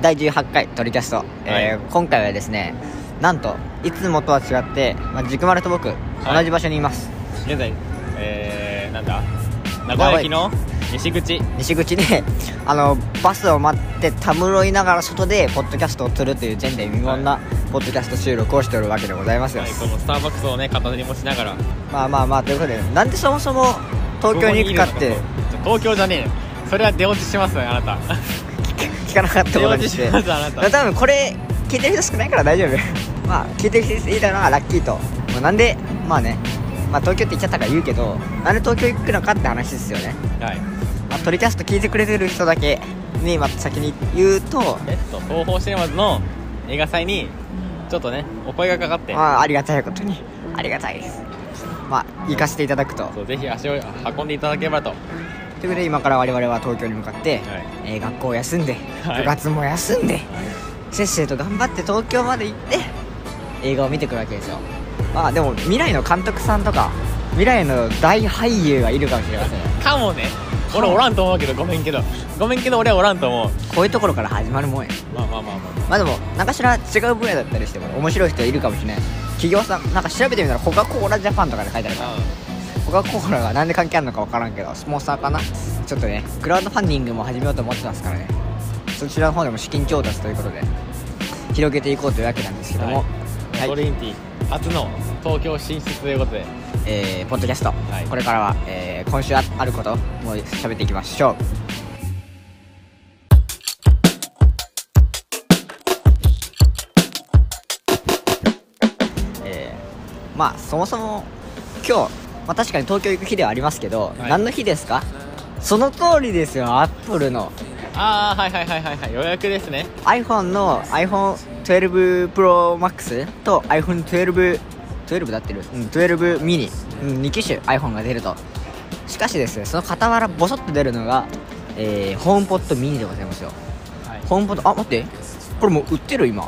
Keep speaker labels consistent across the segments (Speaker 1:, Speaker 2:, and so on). Speaker 1: 第18回トリキャスト、えー今回はですねなんといつもとは違って、まあ、軸丸と僕、
Speaker 2: い
Speaker 1: 同じ場所にいます
Speaker 2: 現在えー、なんだ名古屋駅の西口
Speaker 1: 西口で あのバスを待ってたむろいながら外でポッドキャストをするという前代未聞なポッドキャスト収録をしておるわけでございますよ、
Speaker 2: はい、このスターバックスをね片手に持ちながら
Speaker 1: まあまあまあということでなんでそもそも東京に行くかって
Speaker 2: ここにいるのかと東京じゃねえよそれは出落ちしますねあなた
Speaker 1: 聞かなかったことにして
Speaker 2: 出落ちしますあなた
Speaker 1: 多分これ聞いてる人少ないから大丈夫 まあ聞いてる人いたのはラッキーと、まあ、なんでまあね、まあ、東京って言っちゃったから言うけどなんで東京行くのかって話ですよね、
Speaker 2: はい
Speaker 1: まあ、トリキャスト聞いてくれてる人だけに、まあ、先に言うと
Speaker 2: えっと東宝シネマズの映画祭にちょっとねお声がかかって
Speaker 1: まあありがたいことにありがたいですまあ行かせていただくと
Speaker 2: そうぜひ足を運んでいただければとは
Speaker 1: ということで今から我々は東京に向かって、
Speaker 2: はい
Speaker 1: えー学校を休んで
Speaker 2: はい
Speaker 1: 部活も休んで、せっせと頑張って東京まで行って映画を見てくるわけですよまあでも未来の監督さんとか未来の大俳優がいるかもしれません
Speaker 2: かもね俺おらんと思うけどごめんけどごめんけど俺はおらんと思う
Speaker 1: こういうところから始まるもんや
Speaker 2: まあまあまあまあ
Speaker 1: まあでも何かしら違う分野だったりしても面白い人いるかもしれない企業さんなんか調べてみたらコカ・コーラジャパンとかで書いてあるからコカ・コーラがなんで関係あるのか分からんけどスポンサーかなちょっとねクラウドファンディングも始めようと思ってますからねそちらの方でも資金調達ということで広げていこうというわけなんですけども、
Speaker 2: は
Speaker 1: はい
Speaker 2: トリンティ初の東京進出ということで
Speaker 1: えーポッドキャスト、
Speaker 2: はい
Speaker 1: これからは、えー今週ああることも喋っていきましょう、えーまあそもそも今日、まあ、確かに東京行く日ではありますけど、
Speaker 2: はい
Speaker 1: 何の日ですかその通りですよアップルの
Speaker 2: ああはいはいはいはいはい予約ですね
Speaker 1: iPhone の iPhone12ProMax と iPhone12 12だってる、うん、12 mini、うん、2機種 iPhone が出るとしかしですねその傍らボソッと出るのが、えー、ホームポットミニでございますよ
Speaker 2: はい
Speaker 1: ホームポットあ待ってこれもう売ってる今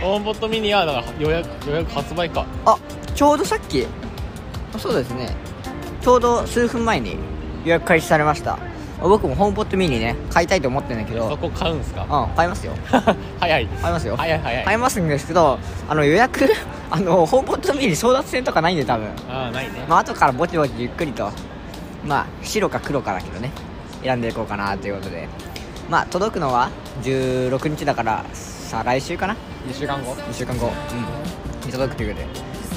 Speaker 2: ホームポットミニはだから予約予約発売か
Speaker 1: あちょうどさっきあそうですねちょうど数分前に予約開始されました僕もホームポットミニね買いたいと思ってんだけど
Speaker 2: そこ買うんすか
Speaker 1: うん買いますよ
Speaker 2: 早い
Speaker 1: 買いますよ
Speaker 2: 早い早い
Speaker 1: 買いますんですけどあの予約 あのホームポットミニ争奪戦とかないんで多分
Speaker 2: ああないね
Speaker 1: まあ後からぼちぼちゆっくりとまあ白か黒かだけどね選んでいこうかなということでまあ届くのは16日だからさ来週かな
Speaker 2: 2週間後
Speaker 1: 2週間後うんに届くということで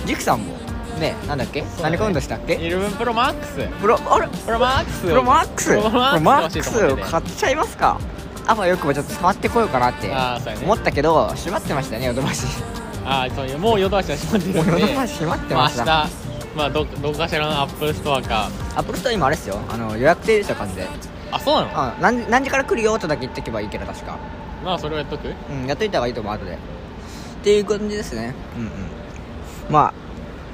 Speaker 1: ジクさんもねなんだっけ、何コウントしたっけ
Speaker 2: 11プロマックス
Speaker 1: プロあれ
Speaker 2: プロマックス
Speaker 1: プロマックス
Speaker 2: プ
Speaker 1: プ
Speaker 2: ロ
Speaker 1: ロ
Speaker 2: マ
Speaker 1: マ
Speaker 2: ッ
Speaker 1: ッ
Speaker 2: ク
Speaker 1: ク
Speaker 2: ス
Speaker 1: スを買っちゃいますかあまあよくもちょっと触ってこようかなって
Speaker 2: あーそうやね
Speaker 1: 思ったけど閉まってましたねヨドバシ
Speaker 2: ああそういうもうヨドバシは閉まってるんで
Speaker 1: もうヨドバシ閉まってました
Speaker 2: あ明日まあどどこかしらのアップルストアか
Speaker 1: アップルストア今あれですよあの予約制でしょ完全
Speaker 2: あそうなの
Speaker 1: あ何何時から来るよとだけ言ってけばいいけど確か
Speaker 2: まあそれをやっと
Speaker 1: う
Speaker 2: く
Speaker 1: んやっといた方がいいと思う後でっていう感じですねうんうんま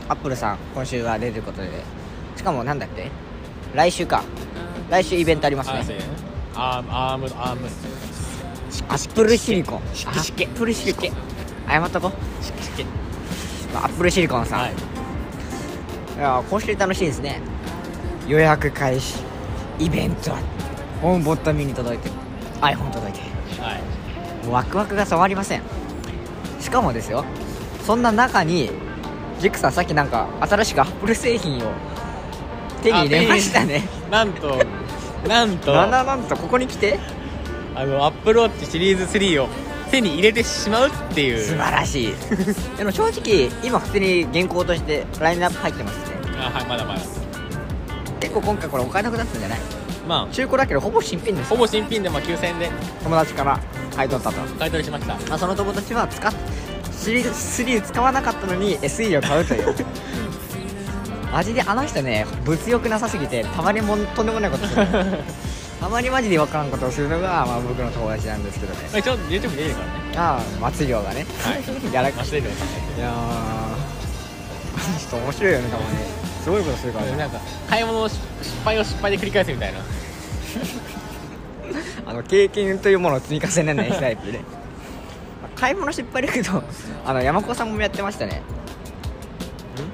Speaker 1: あアップルさん今週は出ることでしかもなんだっけ来週か来週イベントあります
Speaker 2: あそう
Speaker 1: ね
Speaker 2: やねアームアームアーム
Speaker 1: アップルシリコンア
Speaker 2: しけしけ
Speaker 1: ップルシリコン謝っとこ
Speaker 2: しっけ
Speaker 1: まあアップルシリコンさん、
Speaker 2: はいい、
Speaker 1: や今週楽しいですね予約開始イベントオンボットミニ届いて iPhone 届いて
Speaker 2: はい、
Speaker 1: ワクワクが触りませんしかもですよそんな中にジクさんさっきなんか新しくアップル製品を手に入れましたね
Speaker 2: なんとなんと
Speaker 1: なななんとここに来て
Speaker 2: あのアップルウォッチシリーズ3を手に入れてしまうっていう
Speaker 1: 素晴らし いでも正直今普通に原稿としてラインナップ入ってますね
Speaker 2: あはいまだまだ
Speaker 1: 結構今回これお買い得だったんじゃない
Speaker 2: ま
Speaker 1: 中古だけどほぼ新品で
Speaker 2: あ
Speaker 1: す
Speaker 2: ほぼ新品でまあ9000円で
Speaker 1: 友達から買い取ったと、
Speaker 2: 買い取りしました
Speaker 1: まあ、その友達は使っシリーズ3使わなかったのに SE を買うというマジであの人ね物欲なさすぎてたまにもんとんでもないこと するたまにマジで分からんことをするのが、まあ、僕の友達なんですけどね
Speaker 2: まあ一応 YouTube 出てるからね
Speaker 1: ああ松涼がね、
Speaker 2: は い
Speaker 1: やら
Speaker 2: ま
Speaker 1: か
Speaker 2: あ
Speaker 1: し
Speaker 2: 出
Speaker 1: て
Speaker 2: て
Speaker 1: る
Speaker 2: る
Speaker 1: いやーあの人面白いよねたまにすごいことするからね
Speaker 2: なんか買い物の失敗を失敗で繰り返すみたいな
Speaker 1: あの経験というものを積み重ねないタイプで 買い物失敗だけどあの山子さんもやってましたね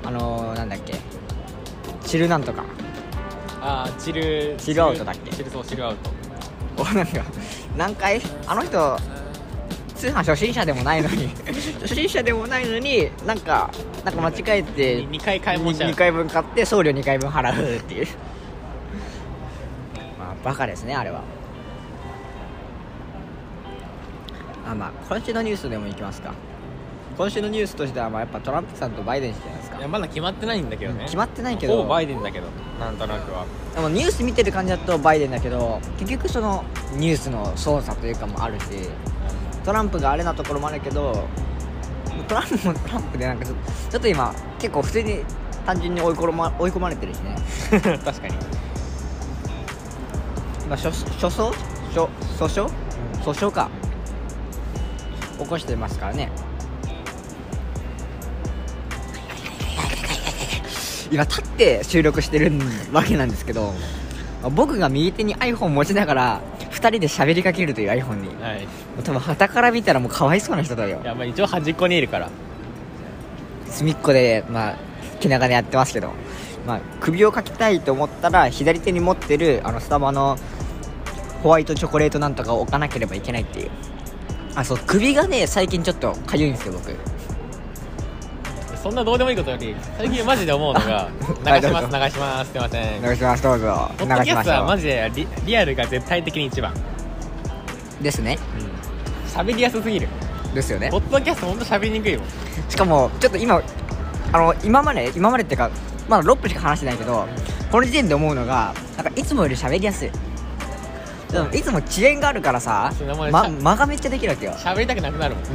Speaker 1: あのー、なんだっけチルなんとか
Speaker 2: あーチル
Speaker 1: チルアウトだっけ
Speaker 2: チルそうチルアウト
Speaker 1: おなんか何回あの人通販初心者でもないのに初心者でもないのになんかなんか間違えて
Speaker 2: 2回買い物しちゃう
Speaker 1: 2回分買って送料2回分払うっていうまあバカですねあれはあまあ今週のニュースでもいきますか今週のニュースとしてはまあやっぱトランプさんとバイデン氏じゃないですか
Speaker 2: いやまだ決まってないんだけどね
Speaker 1: 決まってないけど
Speaker 2: ほぼバイデンだけどなんとなくは
Speaker 1: でもニュース見てる感じだとバイデンだけど結局そのニュースの操作というかもあるしトランプがあれなところもあるけどトランプもトランプでなんかちょっとちょっと今結構普通に単純に追い込ま追い込まれてるしね
Speaker 2: 確かに
Speaker 1: 今初訴訟初訴訟訴訟か起こしてますからね今立って収録してるわけなんですけど僕が右手に iPhone 持ちながら2人で喋りかけるという iPhone に
Speaker 2: はい
Speaker 1: 多分旗から見たらもうかわいそうな人だよ
Speaker 2: いやまあ一応端っこにいるから
Speaker 1: 隅っこでまあ気長でやってますけど、まあ、首をかきたいと思ったら左手に持ってるあのスタバのホワイトチョコレートなんとかを置かなければいけないっていうあそう首がね最近ちょっとかゆいんですよ僕
Speaker 2: そんなどうでもいいことより最近マジで思う のが
Speaker 1: はい
Speaker 2: 流します
Speaker 1: ど
Speaker 2: 流しますすいません
Speaker 1: 流しますどうぞ
Speaker 2: ポ
Speaker 1: 流
Speaker 2: ッドキ
Speaker 1: し
Speaker 2: ャ
Speaker 1: まし
Speaker 2: ストは
Speaker 1: ょ
Speaker 2: マジでリリアルが絶対的に一番
Speaker 1: うですね
Speaker 2: 喋りやすすぎる
Speaker 1: ですよね
Speaker 2: ポッドキャストほんと喋りにくいもん
Speaker 1: しかもちょっと今あの今まで今までっていうかまだ6分しか話してないけどこの時点で思うのがなんかいつもより喋りやすいでもいつも遅延があるからさ
Speaker 2: そう生で、
Speaker 1: ま、間がめっちゃできるわけよ
Speaker 2: 喋りたくなくなるもん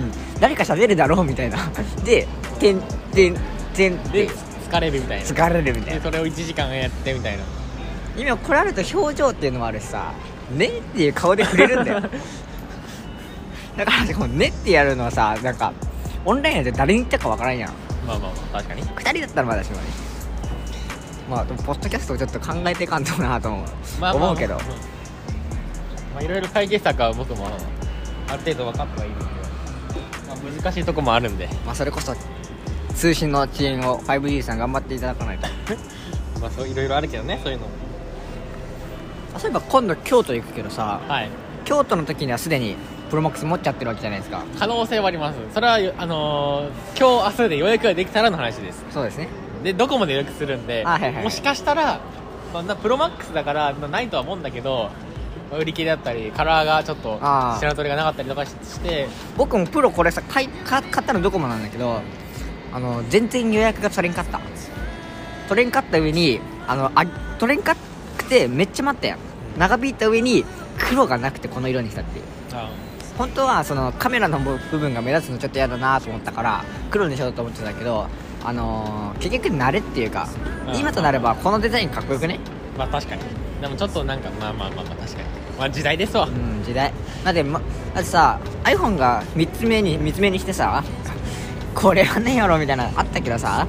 Speaker 1: 誰か喋るだろうみたいな で「てんてんてん」
Speaker 2: で
Speaker 1: で
Speaker 2: 疲れるみたいな
Speaker 1: 疲れるみたい
Speaker 2: で
Speaker 1: な
Speaker 2: それを1時間やってみたいな
Speaker 1: 今これあると表情っていうのもあるしさ「ね」っていう顔で触れるんだよだからでも「ね」ってやるのはさなんかオンラインで誰に言ったかわからんやん
Speaker 2: まあまあまあ確かに
Speaker 1: 2人だったらまだしもねまあでもポッドキャストをちょっと考えていかんとなと思う,、
Speaker 2: まあまあまあ
Speaker 1: 思うけど
Speaker 2: んまあいろいろ解決策は僕もある程度分かってはいるんで、まあ、難しいとこもあるんで
Speaker 1: まあそれこそ通信の遅延を 5G さん頑張っていただかないと
Speaker 2: まあそういろいろあるけどねそういうのも
Speaker 1: あそういえば今度京都行くけどさ
Speaker 2: はい
Speaker 1: 京都の時にはすでにプロマックス持っちゃってるわけじゃないですか
Speaker 2: 可能性はありますそれはあのー今日明日で予約ができたらの話です
Speaker 1: そうですね
Speaker 2: でどこまで予約するんで、
Speaker 1: あはいはい
Speaker 2: もしかしたら、まあな、プロマックスだから、まあないとは思うんだけどまあ売り切れだったりカラーがちょっと
Speaker 1: あー
Speaker 2: 品取りがなかったりとかしして
Speaker 1: 僕もプロこれさ買いか買ったのドコモなんだけどあの全然予約が取れんかった取れんかった上にあのあ取れんかくてめっちゃ待ったやん長引いた上に黒がなくてこの色にしたっていう
Speaker 2: あ
Speaker 1: 本当はそのカメラの部部分が目立つのちょっと嫌だなと思ったから黒にしようと思ってたけどあのー結局慣れっていうか
Speaker 2: うん
Speaker 1: 今となればこのデザインかっこよくね
Speaker 2: ーまあ確かにでもちょっとなんかまあまあまあまあ確かにまあ時代ですわ
Speaker 1: うん時代だって、ま、だってさ iPhone が3つ目に三つ目にしてさ これはねえやろみたいなのあったけどさ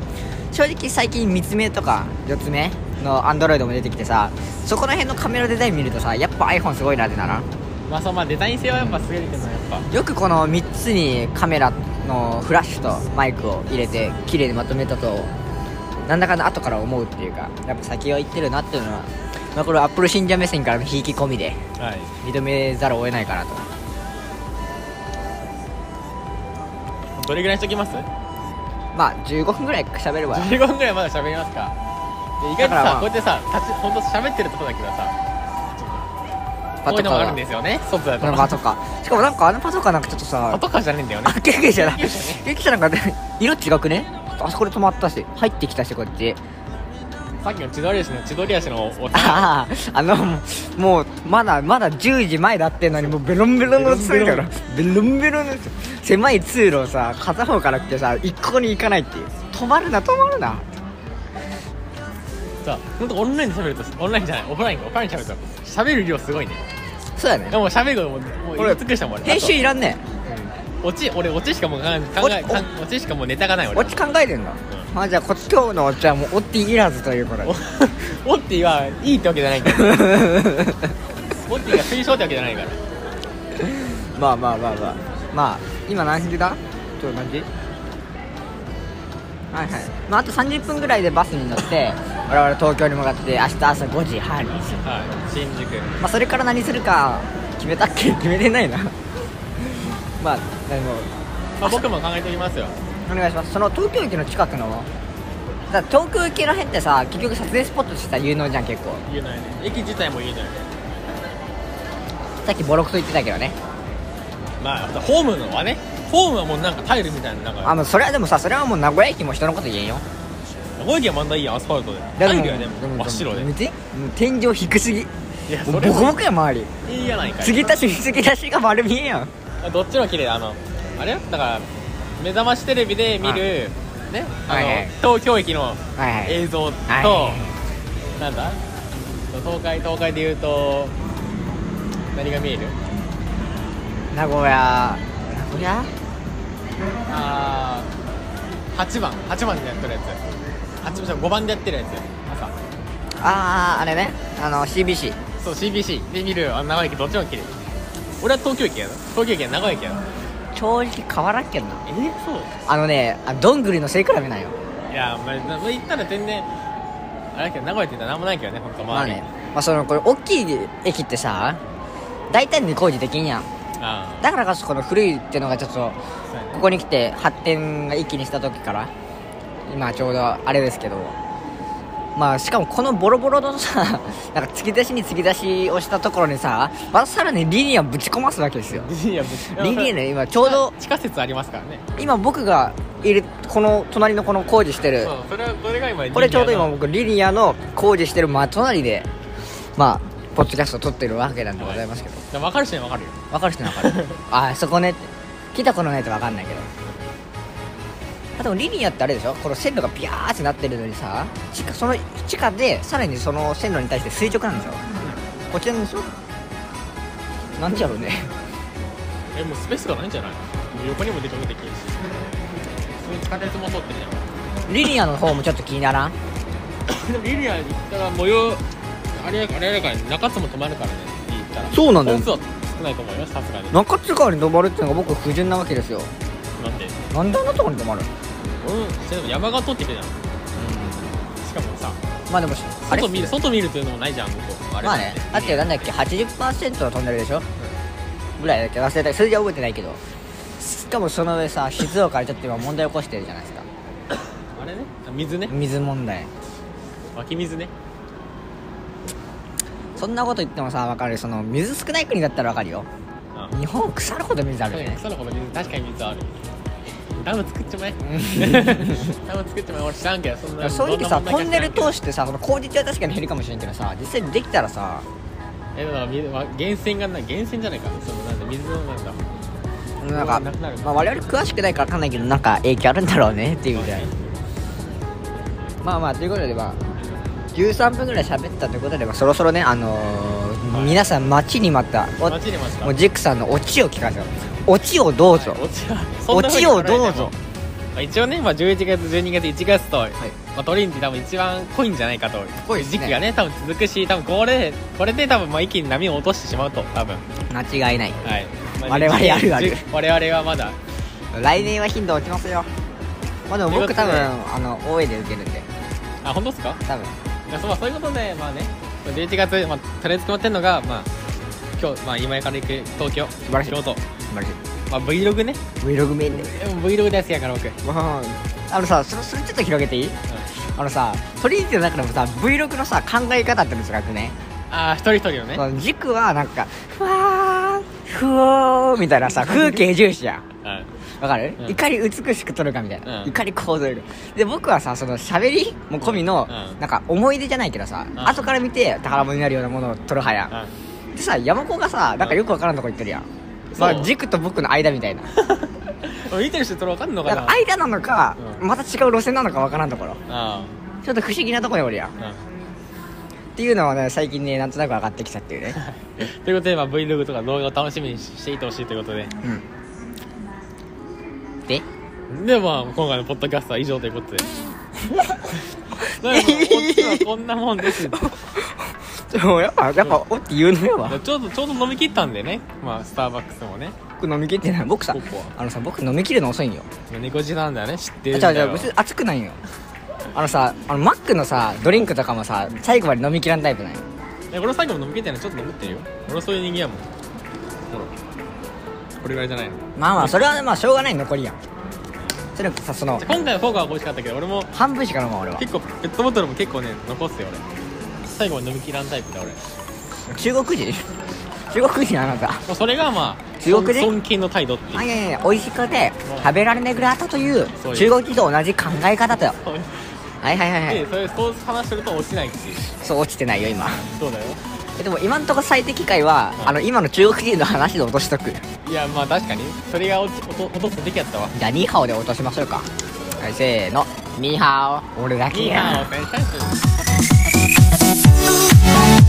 Speaker 1: 正直最近3つ目とか4つ目の Android も出てきてさそこら辺のカメラデザイン見るとさやっぱ iPhone すごいなってならん
Speaker 2: まあそうまあデザイン性はやっぱ優れてるのはやっぱ
Speaker 1: よくこの3つにカメラのフラッシュとマイクを入れて綺麗にまとめたとなんだかんだ後から思うっていうかやっぱ先を行ってるなっていうのは、まあ、これは Apple 信者目線からの引き込みで
Speaker 2: はい
Speaker 1: 認めざるを得ないかなと
Speaker 2: どれぐらいしときます
Speaker 1: まあ15分ぐらい喋れば
Speaker 2: 15分ぐらいまだ喋りますかで意
Speaker 1: だ
Speaker 2: 外とさ、
Speaker 1: からまあ
Speaker 2: こうやってさ立ちほんと喋ってるとこだけどさ
Speaker 1: パ
Speaker 2: こうい
Speaker 1: ト
Speaker 2: う
Speaker 1: カ
Speaker 2: のも
Speaker 1: ー
Speaker 2: あ
Speaker 1: が
Speaker 2: るんですよね外だと
Speaker 1: なんかパトカーしかもなんかあのパトカーなんかちょっと
Speaker 2: パ
Speaker 1: さ
Speaker 2: トカーじゃねえんだよね
Speaker 1: あ救急車だ
Speaker 2: 救急車ね
Speaker 1: 救急車なんか色違くねあそこで止まったし入ってきたしこっち
Speaker 2: さっきの千鳥足の千鳥足のおさ
Speaker 1: あああのもうまだまだ10時前だってんのにもうベロンベロンの通路 からベロンベロンの狭い通路をさ片方から来てさ一向に行かないっていう止まるな止まるな
Speaker 2: さ本当オンラインで喋るとオンラインじゃないオフラインかオフラインで喋ると喋る量すごいね
Speaker 1: そうだ
Speaker 2: で
Speaker 1: ね
Speaker 2: もう喋ることももう言い尽くしたもん俺
Speaker 1: 編集いらんね
Speaker 2: 落ち俺落ちしかもう考え考
Speaker 1: オチ
Speaker 2: え考え落ちしかもうネタがない俺
Speaker 1: オチ考えてんの、まあじゃあこっち今日のオチはもうオッティいらずということ で
Speaker 2: おオッティはいいってわけじゃないから オッティが推奨ってわけじゃないから
Speaker 1: まあまあまあまあまあ今何時だちょっと何時はいはい、まあ、あと30分ぐらいでバスに乗って我々東京に向かって明日朝5時半に、ま
Speaker 2: はい新宿
Speaker 1: あ、それから何するか決めたっけ決めてないなまああ
Speaker 2: まあ、僕も考えておきますよ
Speaker 1: のお願いしますその東京駅の近くのだから東京駅らへんってさ結局撮影スポットとしてさ有能じゃん結構
Speaker 2: 言えないね駅自体も言えないね
Speaker 1: さっきボロクソ言ってたけどね
Speaker 2: まあホームのはねホームはもうなんかタイルみたいななん
Speaker 1: あ
Speaker 2: か
Speaker 1: もうそれはでもさそれはもう名古屋駅も人のこと言えんよ
Speaker 2: 名古屋駅はまだいいやアスファルトで
Speaker 1: だ
Speaker 2: タ
Speaker 1: って
Speaker 2: イ
Speaker 1: も
Speaker 2: ルはでも真っ白で
Speaker 1: 見てもう天井低すぎも
Speaker 2: いや
Speaker 1: う
Speaker 2: そ
Speaker 1: ボ
Speaker 2: れ
Speaker 1: コボ
Speaker 2: は
Speaker 1: コや周り
Speaker 2: いいやないかい
Speaker 1: 継ぎ足し継ぎ足しが丸見えやん
Speaker 2: どっちも綺麗あのあれだから目覚ましテレビで見るねあ
Speaker 1: はい
Speaker 2: の、
Speaker 1: はい
Speaker 2: 東京駅の
Speaker 1: はいはい
Speaker 2: 映像と、
Speaker 1: は
Speaker 2: なんだ東海東海で言うと何が見える
Speaker 1: 名古屋名古屋
Speaker 2: ああ8番8番でやってるやつ8番5番でやってるやつ朝
Speaker 1: あああれねあの CBC
Speaker 2: そう CBC で見るあの長駅どっちも綺麗俺は東京駅やな東京駅は長駅やな
Speaker 1: 正直変わらんけどな
Speaker 2: えそう
Speaker 1: あのねあどんぐりの背比べなんよ
Speaker 2: いやまあなまあ言ったら全然あれだけど名古屋って言ったら何もないけどね本当
Speaker 1: まあ
Speaker 2: 周り
Speaker 1: ねまあそのこれ大きい駅ってさ大体ね工事できんやん
Speaker 2: あ
Speaker 1: だからこそこの古いっていうのがちょっと
Speaker 2: あそうやね
Speaker 1: ここに来て発展が一気にした時から今ちょうどあれですけどまあしかもこのボロボロのさ なんか突き出しに突き出しをしたところにさまたさらにリニアぶち込ますわけですよ
Speaker 2: いや別に
Speaker 1: リニアね今ちょうど
Speaker 2: 地下鉄ありますからね
Speaker 1: 今僕がいるこの隣のこの工事してる
Speaker 2: そうそれはこれが今
Speaker 1: これちょうど
Speaker 2: リニ
Speaker 1: 今
Speaker 2: アの
Speaker 1: 僕リニアの工事してる真隣でまあポッドキャスト撮ってるわけなんでございますけど
Speaker 2: いや分かる人には分かるよ
Speaker 1: 分かる人には分かる ああそこねって来たことないと分かんないけどあでもリニアってあれでしょこの線路がビャーってなってるのにさ地下その地下でさらにその線路に対して垂直なんでしょこっちらでしょなんでやろうね
Speaker 2: えもうスペースがないんじゃないもう横にも出かけてきるしそういう地下鉄も通ってるじ
Speaker 1: リニアの方もちょっと気にならん
Speaker 2: ゃんでもリニアに行ったら模様あれあれだから中津も止まるからね行ったら
Speaker 1: そうなんだよ
Speaker 2: 本数は少ないと思いますさすがに
Speaker 1: 中津川に泊まるっていうのが僕不純なわけですよ
Speaker 2: なんで
Speaker 1: なんであんなとこに泊まる
Speaker 2: うんでも山が通ってきるじゃんしかもさ
Speaker 1: まあでもあれ
Speaker 2: 外見る外見るというのもないじゃん向こうあれ
Speaker 1: まあねだってなんだっけ80%は飛んでるでしょぐらいだっけ忘れた数字は覚えてないけどしかもその上さ静岡でちょっと今問題起こしてるじゃないですか
Speaker 2: あれね水ね
Speaker 1: 水問題
Speaker 2: 湧き水ね
Speaker 1: そんなこと言ってもさ分かるその水少ない国だったら分かるよ
Speaker 2: あ
Speaker 1: 日本腐るほど水あるじゃない
Speaker 2: そのこの水確かに水あるダム作っちまえダム作っちまえ俺知らんけどそんな
Speaker 1: 正直さ
Speaker 2: どん
Speaker 1: ト
Speaker 2: な問
Speaker 1: ンネ
Speaker 2: 題か
Speaker 1: ル
Speaker 2: 知らん
Speaker 1: 通してさその工事中は確かに減るかもしれんけどさ実際にできたらさ
Speaker 2: けどえだから水わ源泉がない源泉じゃないかそのなんだ水のなんだ
Speaker 1: なんか、
Speaker 2: なくなる
Speaker 1: まあ、我々詳しくないから分かんないけどなんか影響あるんだろうねっていうぐらいまあまあということでまあ13分ぐらい喋ったということで、まあ、そろそろねあのー
Speaker 2: はい
Speaker 1: 皆さん待ちに待ったお
Speaker 2: 待ちに待った
Speaker 1: もうジックさんのオチを聞かせようオチをどうぞ、
Speaker 2: はい、
Speaker 1: オ
Speaker 2: オ
Speaker 1: チ
Speaker 2: チ
Speaker 1: を
Speaker 2: を
Speaker 1: どうぞ
Speaker 2: まあ、一応ね、まあ、11月12月1月と、
Speaker 1: い
Speaker 2: まあ、トリンって多分一番濃いんじゃないかと
Speaker 1: 濃いですね
Speaker 2: 時期がね多分続くし多分これこれで多分まあ一気に波を落としてしまうと多分
Speaker 1: 間違いない
Speaker 2: はい、
Speaker 1: 我々あるある
Speaker 2: じゅ我々はまだ
Speaker 1: 来年は頻度落ちますよまあでも僕
Speaker 2: ということで
Speaker 1: 多分あの大江で受けるんで
Speaker 2: あ本当ですか
Speaker 1: 多分
Speaker 2: いやそう,、まあ、そういうことでまあねまあ11月、まあ、とりあえず決まってるのがまあ今日、まあ、今から行く東京
Speaker 1: 晴らしい
Speaker 2: 京都、
Speaker 1: マジ
Speaker 2: まあ、Vlog ね
Speaker 1: Vlog メインで
Speaker 2: でも Vlog 大好きやから僕
Speaker 1: まああのさそれそれちょっと広げていいあのさトリーテの中でもさ Vlog のさ考え方って難しくね
Speaker 2: ああ一人一人のね
Speaker 1: その軸はなんかふわーふおーみたい なさ風景重視やん
Speaker 2: はい
Speaker 1: わかる、
Speaker 2: うん
Speaker 1: いかに美しく撮るかみたいな、
Speaker 2: うん
Speaker 1: いかにこう撮るかで僕はさその喋りも込みの、
Speaker 2: うん
Speaker 1: なんか思い出じゃないけどさ、
Speaker 2: ん
Speaker 1: 後から見て宝物になるようなものを撮る派や、
Speaker 2: あ
Speaker 1: ん、でさ山子がさなんかよくわからんとこ行ってるやん、まあ
Speaker 2: そう
Speaker 1: 軸と僕の間みたいな
Speaker 2: 見てる人それわかんのか
Speaker 1: だか
Speaker 2: な
Speaker 1: ら間なのか、
Speaker 2: うん
Speaker 1: また違う路線なのかわからんところ
Speaker 2: あ
Speaker 1: ちょっと不思議なとこにおるやんっ
Speaker 2: あ、
Speaker 1: ていうのはね最近ねなんとなく上がってきたっていう ね、
Speaker 2: うん、ということで、まあ、Vlog とか動画を楽しみにしていてほしいということで
Speaker 1: うん、で
Speaker 2: でまあ今回のポッドキャストは以上ということ でなんかこっちはこんなもんですち
Speaker 1: で
Speaker 2: ょ
Speaker 1: もやっぱやっぱおって言うのよわ
Speaker 2: うどちょうど飲み切ったんでねまあスターバックスもね
Speaker 1: 僕飲みきってない僕さ
Speaker 2: ここは
Speaker 1: あのさ僕飲みきるの遅いんよ
Speaker 2: 猫舌なんだよね知って
Speaker 1: あ違
Speaker 2: るん
Speaker 1: う
Speaker 2: だ
Speaker 1: 違う
Speaker 2: よ
Speaker 1: 別に熱くないんよあのさあのマックのさドリンクとかもさ最後まで飲みきらんタイプなんよ
Speaker 2: え俺最後も飲み切ってないちょっと飲むってるよ俺そういう人間やもんほこれぐらいじゃないの
Speaker 1: まあまあそれはまあしょうがない残りやんそれさその
Speaker 2: 今回のフォークは欲しかったけど俺も
Speaker 1: 半分しか飲まん俺は
Speaker 2: 結構ペットボトルも結構ね残すよ俺最後まで飲みきらんタイプだ俺も
Speaker 1: 中国人中国人あなた
Speaker 2: うそれがまあ
Speaker 1: 中国人
Speaker 2: 尊尊敬の態度っていう
Speaker 1: あいやいやいや美味しくて食べられなくなったという中国人と同じ考え方だよ
Speaker 2: そういう
Speaker 1: はいはいはいは
Speaker 2: で
Speaker 1: い
Speaker 2: そういうそう話すると落ちないっていう
Speaker 1: そう落ちてないよ今
Speaker 2: そうだよ
Speaker 1: えでも今んとこ最適解は、
Speaker 2: うん
Speaker 1: あの今の中国人の話で落としとくじ
Speaker 2: いやまあ確かにそれが落ち落と落とすべきやったわ
Speaker 1: ゃあニーハオで落としましょうかはいせーのニーハオ俺だけ
Speaker 2: いい
Speaker 1: や
Speaker 2: なお先生